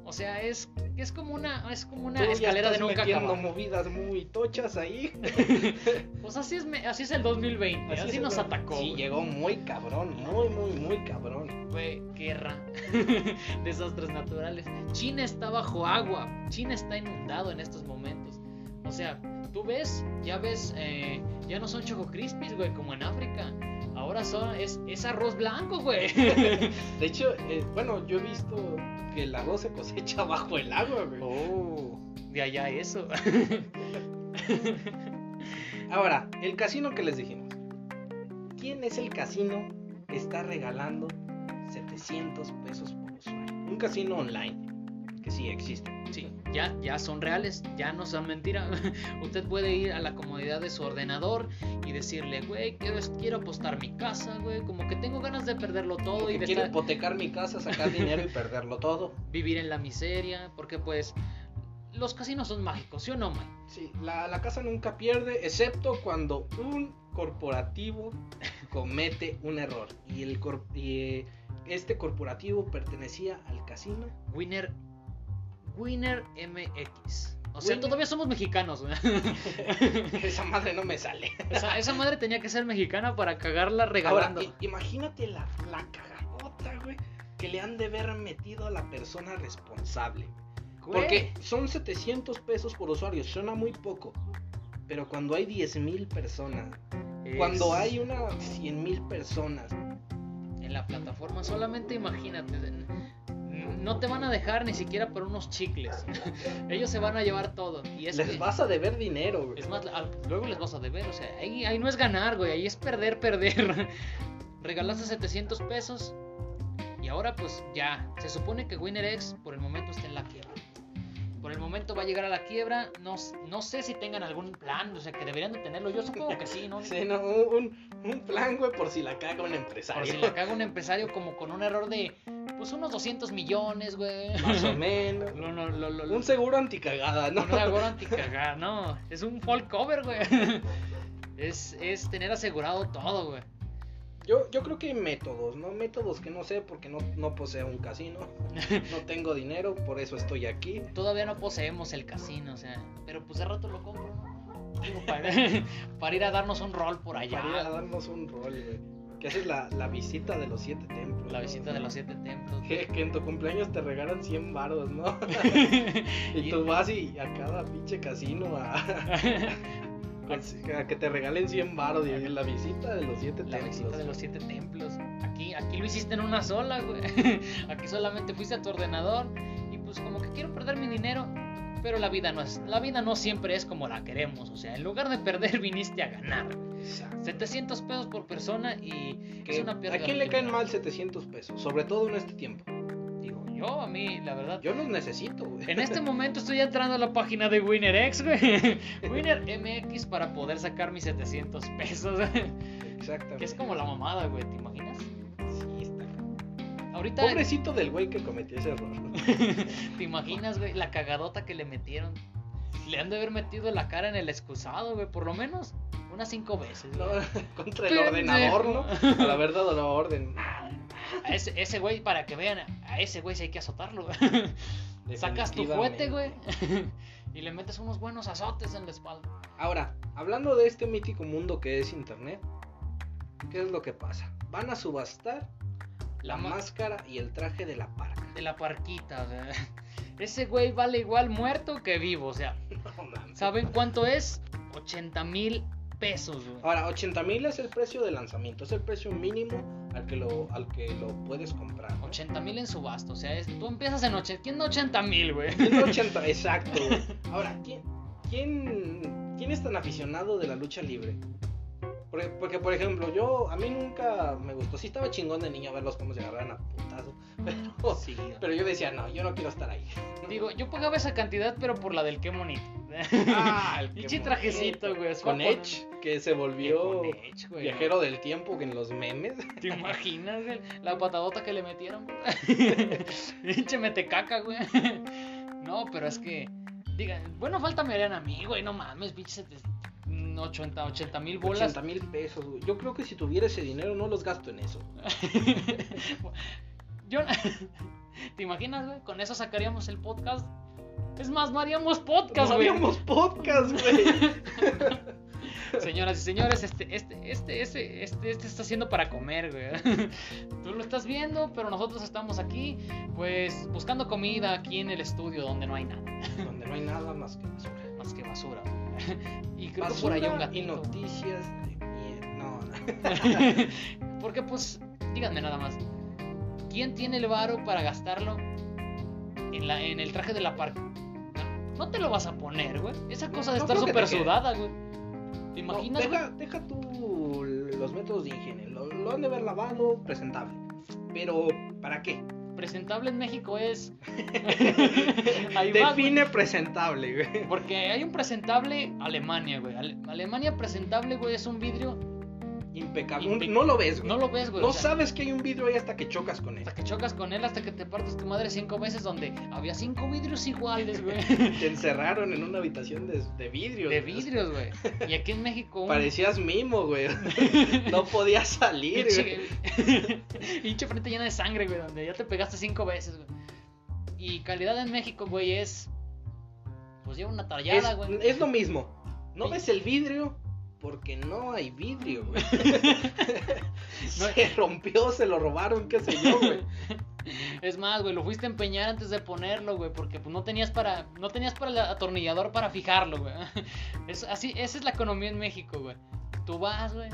O sea, es, es como una, es como una
Tú ya
escalera de
estás
nunca
metiendo
acabar.
movidas muy tochas ahí.
Pues así es, me- así es el 2020. Así,
se
nos
fue.
atacó.
Sí,
güey.
llegó muy cabrón, muy, muy, muy cabrón.
Fue guerra, desastres naturales. China está bajo agua, China está inundado en estos momentos. O sea, tú ves, ya ves, eh, ya no son Choco Crispies, güey, como en África. Ahora son, es, es arroz blanco, güey.
De hecho, eh, bueno, yo he visto que el arroz se cosecha bajo el agua, güey.
Oh, de allá eso.
Ahora, el casino que les dijimos. ¿Quién es el casino que está regalando 700 pesos por usuario? Un casino online, que sí existe.
Sí, ya, ya son reales, ya no son mentira. Usted puede ir a la comodidad de su ordenador y decirle, güey, quiero, quiero apostar mi casa, güey, como que tengo ganas de perderlo todo y
Porque
de
quiero
estar-
hipotecar mi casa, sacar dinero y perderlo todo.
vivir en la miseria, porque pues los casinos son mágicos, ¿sí o no, man?
Sí, la, la casa nunca pierde, excepto cuando un corporativo comete un error. Y, el cor- y, eh, este corporativo pertenecía al casino.
Winner Winner MX. O sea,
Winner.
todavía somos mexicanos. güey.
Esa madre no me sale.
Esa, esa madre tenía que ser mexicana para cagarla
Ahora,
regalando.
i- imagínate la, la cagadota, güey, que le han de haber metido a la persona responsable.
Güey,
Porque son 700 pesos por usuario, suena muy poco. Pero cuando hay 10.000 personas,
es-
cuando hay unas 100.000 personas,
en la plataforma, solamente imagínate. n- No te van a dejar ni siquiera por unos chicles. Ellos se van a llevar todo. Y es que-
les vas a deber dinero, güey.
Es más, la- luego les vas a deber, o sea, ahí, ahí no es ganar, güey, ahí es perder, perder. Regalaste 700 pesos y ahora pues ya, se supone que WinnerX por el momento está en la quiebra. Por el momento va a llegar a la quiebra, no, s- no sé si tengan algún plan, o sea, que deberían de tenerlo, yo supongo que sí, ¿no?
Sí, no, un, un- un plan, güey, por si la caga un empresario.
Por si la caga un empresario como con un error de, pues unos 200 millones, güey.
Más o menos.
Lo- lo- lo- lo- lo-
Un seguro anticagada, ¿no?
Con una gorra anticagar, no. Es un full cover, güey. Es, es tener asegurado todo, güey.
Yo, yo creo que hay métodos, ¿no? Métodos que no sé porque no, no poseo un casino. No tengo dinero, por eso estoy aquí.
Todavía no poseemos el casino, o sea. Pero pues de rato lo compro, ¿no? Digo, para, para ir a darnos un rol por allá.
Para ir a darnos un rol, güey. Que esa es la, la visita de los siete templos.
La
¿no?
visita de los siete templos.
Que, que en tu cumpleaños te regalan 100 varos, ¿no? y
Y-
tú vas y a cada pinche casino a, a que te regalen 100 varos. Y en la visita de los siete
La
templos.
visita de los siete templos. Aquí, aquí lo hiciste en una sola, güey. Aquí solamente fuiste a tu ordenador y pues como que quiero perder mi dinero. Pero la vida no es, la vida no siempre es como la queremos. O sea, en lugar de perder, viniste a ganar.
Exacto.
700 pesos por persona y es una
¿A
pérdida.
quién le caen
mínima.
mal 700 pesos? Sobre todo en este tiempo.
Digo, yo a mí, la verdad.
Yo los necesito, güey.
En este momento estoy entrando a la página de WinnerX, güey. WinnerMX para poder sacar mis 700 pesos.
Exactamente.
que es como la mamada, güey, ¿te imaginas?
Sí, está cabrón.
Ahorita,
Pobrecito del güey que cometió ese error.
¿te imaginas, güey? La cagadota que le metieron. Le han de haber metido la cara en el excusado, güey, por lo menos unas cinco veces.
No,
güey.
contra el ordenador, ¿no? A la verdad, a la orden.
A ese, ese güey, para que vean, a ese güey sí hay que azotarlo. güey. Sacas tu
Definitivamente.
fuete, güey, y le metes unos buenos azotes en la espalda.
Ahora, hablando de este mítico mundo que es internet, ¿qué es lo que pasa? Van a subastar la,
La ma-
máscara y el traje de la parca.
de la parquita. o sea, ese güey vale igual muerto que vivo. O sea,
No mames.
¿saben cuánto es? 80 mil pesos, güey.
Ahora, 80 mil es el precio de lanzamiento, es el precio mínimo al que lo, al que lo puedes comprar. ¿no?
80 mil en subasta. O sea, es- tú empiezas en 80. ¿Quién no 80 mil, güey?
80, exacto. güey. Ahora, ¿quién, quién, ¿quién es tan aficionado de la lucha libre? Porque, porque, por ejemplo, yo, a mí nunca me gustó. Sí estaba chingón de niño verlos cómo se agarraban a putazo. Pero,
Sí, güey.
pero yo decía, no, yo no quiero estar ahí.
Digo, yo pagaba esa cantidad, pero por la del qué bonito.
Ah, el
Pinche
qué
trajecito,
bonito.
güey,
Con
fue con-
Edge, que se volvió
Con Edge, güey.
viajero del tiempo que en los memes.
¿Te imaginas güey? la patadota que le metieron? güey? Pinche mete caca, güey. No, pero es que. Diga, bueno, falta me harían a mí, güey. No mames, pinche. 80, 80 mil bolas.
80 mil pesos, güey. Yo creo que si tuviera ese dinero no los gasto en eso.
Yo... ¿Te imaginas, güey? Con eso sacaríamos el podcast. Es más, no haríamos podcast,
No
güey.
habíamos podcast, güey.
Señoras y señores, este, este, este, este, este, este está haciendo para comer, güey. Tú lo estás viendo, pero nosotros estamos aquí, pues, buscando comida aquí en el estudio donde no hay nada,
Donde no hay nada más que basura.
más que basura. Y creo que por
Basura
ahí un
y
gatito.
noticias de mierda. No,
Porque, pues, díganme nada más. ¿Quién tiene el varo para gastarlo en, la, en el traje de la parca? No te lo vas a poner, güey. Esa
No,
cosa de
no
estar
creo que
súper
te quede.
sudada, güey. ¿Te
No,
imaginas, güey?
deja, deja tú los métodos de higiene. Lo, lo han de haber lavado, presentable. Pero, ¿para qué?
Presentable en México es. Ahí va, güey.
Define presentable, güey.
Porque hay un presentable Alemania, güey. Ale- Alemania presentable, güey, es un vidrio.
Impecable.
Impe-
No lo ves, güey.
No lo ves, güey.
No
o sea,
sabes que hay un vidrio ahí hasta que chocas con él.
Hasta que chocas con él, hasta que te partes tu madre cinco veces, donde había cinco vidrios iguales, güey.
Te encerraron en una habitación de, de vidrio.
De
güey.
vidrios, güey. Y aquí en México. un
Parecías mimo, güey. No podías salir, güey.
pinche, pinche frente llena de sangre, güey, donde ya te pegaste cinco veces, güey. Y calidad en México, güey, es. Pues lleva una
Es,
tallada, güey.
es lo mismo. No
Sí.
ves el vidrio porque no hay vidrio, güey.
No
se rompió, se lo robaron, qué sé yo, güey.
Es más, güey, lo fuiste a empeñar antes de ponerlo, güey, porque pues no tenías para no tenías para el atornillador para fijarlo, güey. Es así, esa es la economía en México, güey. Tú vas, güey.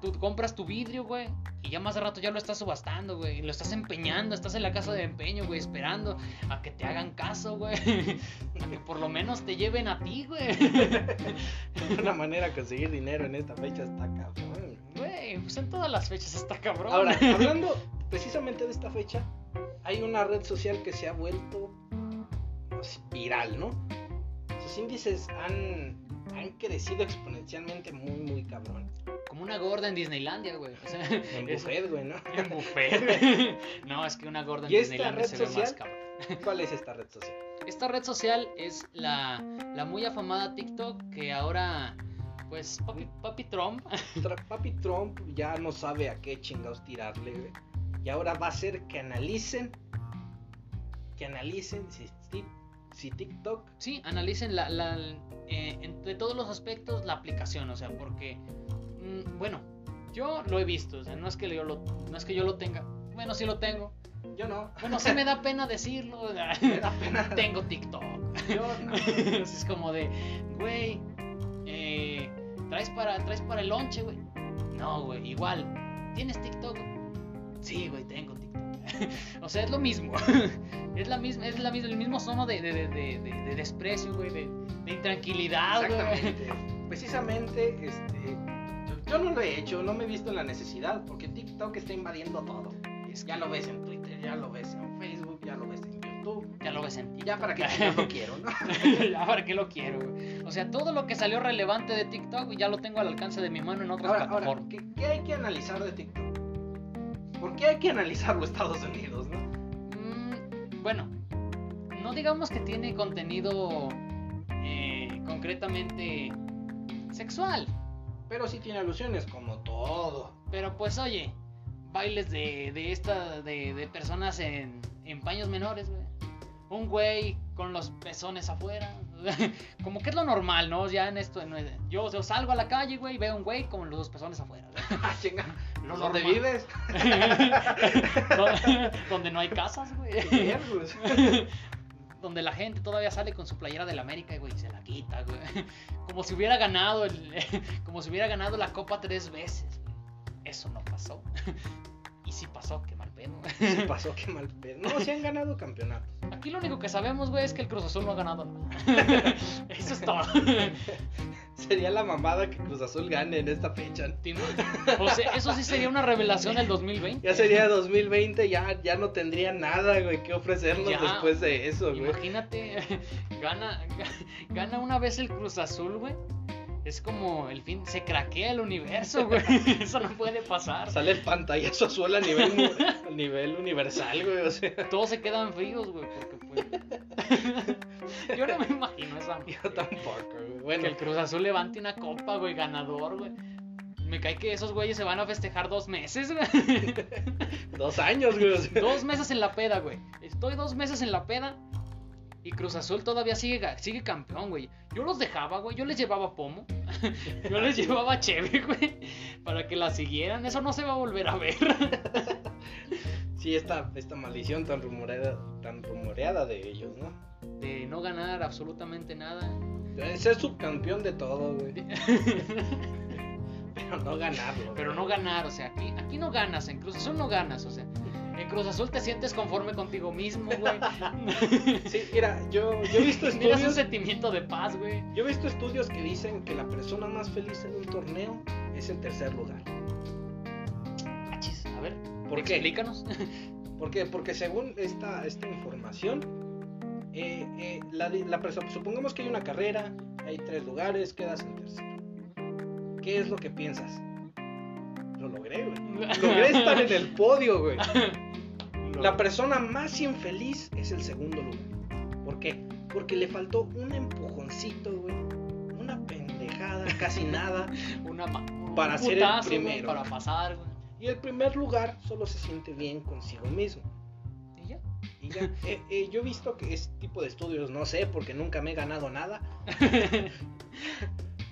Tú compras tu vidrio, güey, y ya más de rato ya lo estás subastando, güey, y lo estás empeñando, estás en la casa de empeño, güey, esperando a que te hagan caso, güey. A que por lo menos te lleven a ti, güey.
Una manera de conseguir dinero en esta fecha está cabrón.
Güey, pues en todas las fechas está cabrón.
Ahora, hablando precisamente de esta fecha, hay una red social que se ha vuelto pues, viral, ¿no? Sus índices han, han crecido exponencialmente muy, muy cabrón.
como una gorda en Disneylandia, güey. O sea,
En
es-
buffet, güey, ¿no?
En buffet, güey. No, es que una gorda en
¿Y esta
Disneyland
red
se ve más
social?
cabrón.
¿Cuál es esta red social?
Esta red social es la, la muy afamada TikTok que ahora, pues, Papi, papi Trump.
Tra- Papi Trump ya no sabe a qué chingados tirarle, güey. Y ahora va a ser que analicen, que analicen si, ti- si TikTok
Sí, analicen la, la- eh, entre todos los aspectos la aplicación, o sea, porque, mm, bueno, yo lo he visto, o sea, no es que yo lo, no es que yo lo tenga. Bueno, sí lo tengo.
Yo no.
Bueno, sí me da pena decirlo. o sea,
Me da pena.
Tengo TikTok.
Yo no.
Así es como de, güey, eh, ¿traes, para, traes para el lonche, güey. No, güey, igual. ¿Tienes TikTok? güey? Sí, güey, tengo TikTok. o sea, es lo mismo. es la misma, es la misma, el mismo sono de, de, de, de- de desprecio, güey, de, de intranquilidad, Ah, güey.
Exactamente. Precisamente, este, yo, yo no lo he hecho, no me he visto en la necesidad, porque TikTok está invadiendo todo.
Es que
Ya lo ves en Twitter, ya lo ves en Facebook, ya lo ves en YouTube.
ya lo ves en
Y ya para que yo lo quiero, ¿no?
Ya, ¿Para qué lo quiero, güey? O sea, todo lo que salió relevante de TikTok güey, ya lo tengo al alcance de mi mano en otras
Ahora, ahora
plataformas.
¿qué, qué hay que analizar de TikTok? ¿Por qué hay que analizarlo Estados Unidos, no?
Mm, bueno, no digamos que tiene contenido eh, concretamente sexual,
Pero sí tiene alusiones, como todo.
pero pues oye, bailes de, de esta de, de personas en, en paños menores, güey. Un güey con los pezones afuera. Como que es lo normal, ¿no? Ya en esto. en- yo, yo salgo a la calle, güey, y veo un güey con los pezones afuera. güey.
Ah, chinga.
Lo
¿Dónde
normal.
vives?
donde, donde no hay casas, güey.
Vergus.
Donde la gente todavía sale con su playera del América, güey, y se la quita, güey. Como si hubiera ganado el, como si hubiera ganado la copa tres veces. güey. Eso no pasó. Y si pasó, qué mal pedo. güey.
Sí pasó, qué mal pedo. No, sí han ganado campeonatos.
Aquí lo único que sabemos, güey, es que el Cruz Azul no ha ganado nada. Eso es todo.
Sería la mamada que Cruz Azul gane en esta fecha. ¿no?
Timo, O sea, eso sí sería una revelación del 2020.
Ya sería 2020, ya, ya no tendría nada, güey, que ofrecernos
Ya.
después de eso, güey.
Imagínate, gana, gana una vez el Cruz Azul, güey. Es como el fin, se craquea el universo, güey. Eso no puede pasar.
Sale el pantallazo azul a nivel, mu- a nivel universal, güey, o sea.
Todos se quedan fríos, güey, porque pues- Yo no me imagino esa.
Yo tampoco, güey. Bueno,
Que el Cruz Azul levante una copa, güey, ganador, güey. Me cae que esos güeyes se van a festejar dos meses, güey.
dos años, güey. o sea.
Dos meses en la peda, güey. Estoy dos meses en la peda. Y Cruz Azul todavía sigue, ga- sigue campeón, güey. Yo los dejaba, güey. Yo les llevaba pomo. Yo les llevaba cheve, güey. Para que la siguieran. Eso no se va a volver a ver.
Sí, esta, esta maldición tan rumoreada, tan rumoreada de ellos, ¿no?
De no ganar absolutamente nada.
De Ser subcampeón de todo, güey. Pero no ganarlo.
Pero no ganar, o sea, aquí, aquí no ganas. En Cruz Azul no ganas, o sea. En Cruz Azul te sientes conforme contigo mismo, güey.
Sí, mira, yo, yo he visto
Tienes un
estudios.
sentimiento de paz, güey.
Yo he visto estudios que dicen que la persona más feliz en un torneo es en tercer lugar.
Achis, A ver,
¿Por qué?
explícanos.
¿Por qué? Porque según esta, esta información, eh, eh, la, di- la perso- supongamos que hay una carrera, hay tres lugares, quedas en tercero. ¿Qué es lo que piensas? Lo logré, güey. Logré estar en el podio, güey. La persona más infeliz es el segundo lugar. ¿Por qué? Porque le faltó un empujoncito, güey. Una pendejada, casi nada.
una ma- un
Para ser el
putazo, güey,
primero.
para pasar, güey.
Y el primer lugar solo se siente bien consigo mismo.
Y ya.
Y ya, eh, eh, yo he visto que este tipo de estudios, no sé, porque nunca me he ganado nada,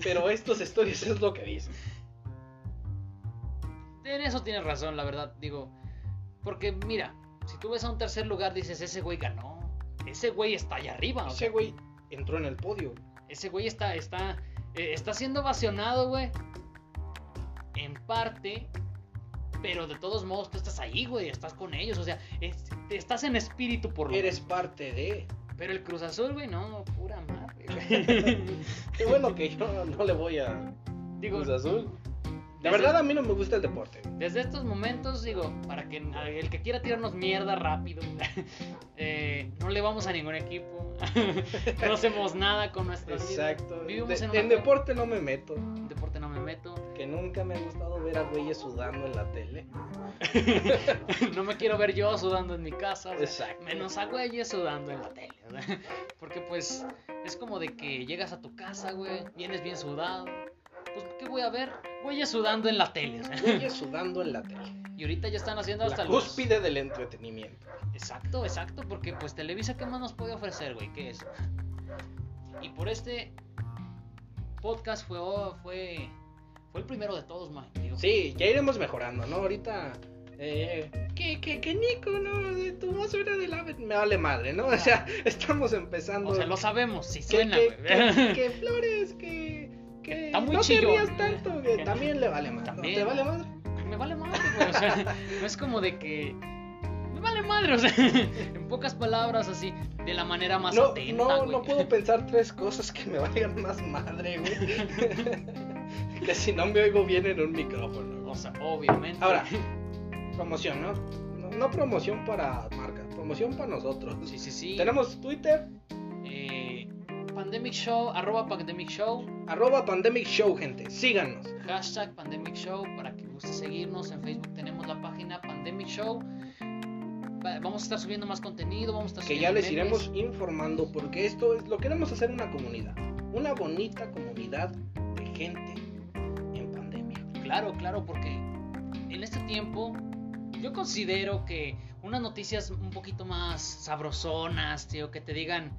pero estos estudios es lo que dicen.
en eso tienes razón, la verdad. Digo, porque mira, si tú ves a un tercer lugar, dices, ese güey ganó. Ese güey está allá arriba. o
Ese
sea,
güey entró en el podio.
ese güey está, está, eh, está siendo ovacionado, güey. En parte. Pero de todos modos, tú estás ahí, güey. Estás con ellos. O sea, es- estás en espíritu por lo
Eres parte de...
Pero el Cruz Azul, güey, no, no, pura madre, güey.
Qué bueno que yo no le voy a
Digo,
Cruz Azul. La
desde-
verdad a mí no me gusta el deporte.
Desde estos momentos, digo, para que el que quiera tirarnos mierda rápido, eh, no le vamos a ningún equipo, no hacemos nada con nuestra vida.
Exacto.
Vivimos
De-
en
en
una co-
deporte no me meto.
En deporte no me meto,
Que nunca me ha gustado ver a güeyes sudando en la tele.
no me quiero ver yo sudando en mi casa, o sea,
Exacto.
menos a güeyes sudando en la tele, ¿verdad? porque pues es como de que llegas a tu casa, güey, vienes bien sudado, pues ¿qué voy a ver? Güeyes sudando en la tele, o sea.
Güeyes sudando en la tele.
y ahorita ya están haciendo hasta
La
los...
cúspide del entretenimiento.
Exacto, exacto, porque pues Televisa, ¿qué más nos puede ofrecer, güey? ¿Qué es? Y por este podcast fue, fue, fue el primero de todos, man. digo.
Sí, ya iremos mejorando, ¿no? Ahorita. Eh, que, que, que Nico, no, De tu voz suena de la. Me vale madre, ¿no? O sea, estamos empezando.
O sea, lo sabemos, si
que,
suena,
que-
güey.
que- que Flores, que. que
Está muy
no
chillón. ¿eh?
te rías tanto, que también le vale madre. ¿no?
También.
¿Te vale madre?
Me vale madre, güey. O sea, no es como de que. me vale madre, o sea, en pocas palabras, así, de la manera más
no,
atenta,
no,
güey.
no puedo pensar tres cosas que me valgan más madre, güey. que si no me oigo bien en un micrófono. güey.
O sea, obviamente.
Ahora, promoción, ¿no? ¿no? no promoción para marca, promoción para nosotros.
sí, sí, sí.
Tenemos Twitter,
eh, Pandemic Show, arroba Pandemic Show,
arroba Pandemic Show, gente. Síganos.
hashtag Pandemic Show, para que guste seguirnos. En Facebook tenemos la página Pandemic Show. Va- Vamos a estar subiendo más contenido, vamos a estar
Que
subiendo
ya les
memes.
iremos informando porque esto es lo queremos hacer una comunidad. Una bonita comunidad de gente en pandemia.
Claro, claro, porque en este tiempo yo considero que unas noticias un poquito más sabrosonas, tío, que te digan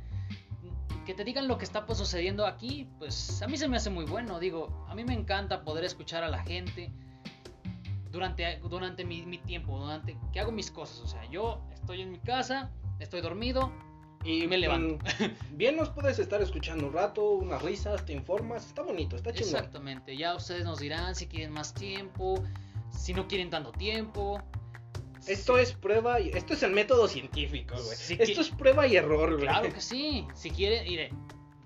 que te digan lo que está pues, sucediendo aquí, pues a mí se me hace muy bueno, digo, a mí me encanta poder escuchar a la gente durante, durante mi, mi tiempo, durante que hago mis cosas, o sea, yo estoy en mi casa, estoy dormido,
Y
Me levanto.
mm, Bien nos puedes estar escuchando un rato, unas risas, te informas, está bonito, está chingón.
Exactamente, ya ustedes nos dirán si quieren más tiempo, si no quieren tanto tiempo.
Esto es prueba y esto es el método científico, güey.
Sí que-
esto es prueba y error, güey.
Claro que sí. Si quieren, mire,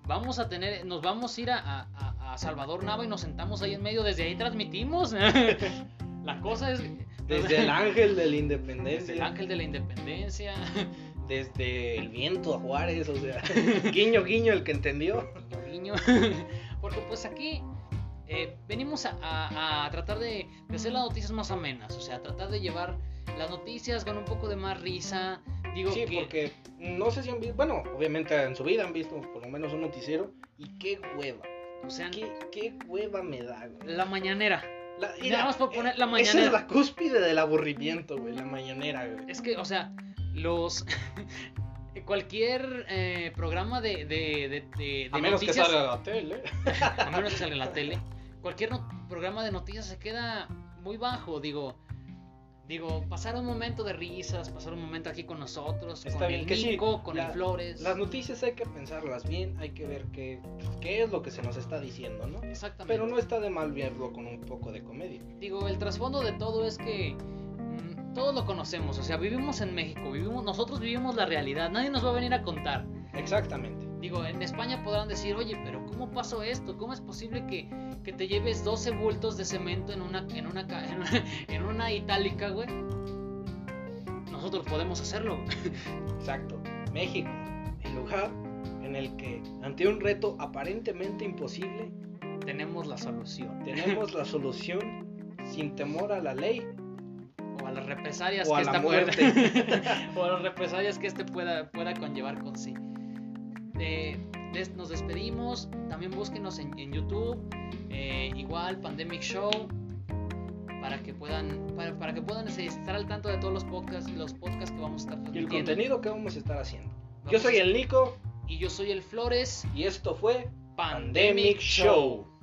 vamos a tener, nos vamos a ir a, a- a- a Salvador Nava y nos sentamos ahí en medio. Desde ahí transmitimos. La cosa es
Desde el ángel de la
desde
independencia,
el ángel de la independencia.
desde el viento a Juárez, o sea, guiño, guiño, el que entendió.
guiño. Porque pues aquí eh, venimos a, a- a tratar de, de hacer las noticias más amenas. O sea, tratar de llevar las noticias con un poco de más risa. Digo
Sí,
que
porque no sé si han visto, bueno, obviamente en su vida han visto por lo menos un noticiero. Y qué hueva,
o sea,
qué, qué hueva me da, güey.
la mañanera.
La,
Nada más por poner la
eh, Esa
mañanera.
es la cúspide del aburrimiento, güey, la mañanera, güey.
Es que, o sea, los. cualquier eh, programa de, de, de, de- de
A menos que
noticias-
salga la tele.
a menos que salga en la tele. Cualquier no- programa de noticias se queda muy bajo, digo. Digo, pasar un momento de risas, pasar un momento aquí con nosotros,
Está
con
bien
el
que sí,
Nico, con
la-
el Flores.
Las noticias hay que pensarlas bien, hay que ver qué, qué es lo que se nos está diciendo, ¿no?
Exactamente.
Pero no está de mal verlo con un poco de comedia.
Digo, el trasfondo de todo es que mm, todos lo conocemos, o sea, vivimos en México, vivimos, nosotros vivimos la realidad, nadie nos va a venir a contar.
Exactamente.
Digo, en España podrán decir, oye, pero ¿cómo pasó esto? ¿Cómo es posible que, que te lleves 12 bultos de cemento en una, en una, ca- en una, en una itálica, güey? Nosotros podemos hacerlo. güey.
Exacto. México, el lugar en el que, ante un reto aparentemente imposible,
Tenemos la solución.
tenemos la solución sin temor a la ley
O a las represalias
o
que
a la
esta pueda-
muerte.
o a las represalias que este pueda, pueda conllevar con sí. Eh, des- nos despedimos. También búsquenos en, en YouTube. eh, igual, Pandemic Show. Para que puedan, para, para que puedan este, estar al tanto de todos los podcasts, los podcasts que vamos a estar
y el
transmitiendo.
contenido que vamos a estar haciendo.
Vamos
Yo
a-
soy el Nico
y yo soy el Flores
y esto fue
Pandemic Show.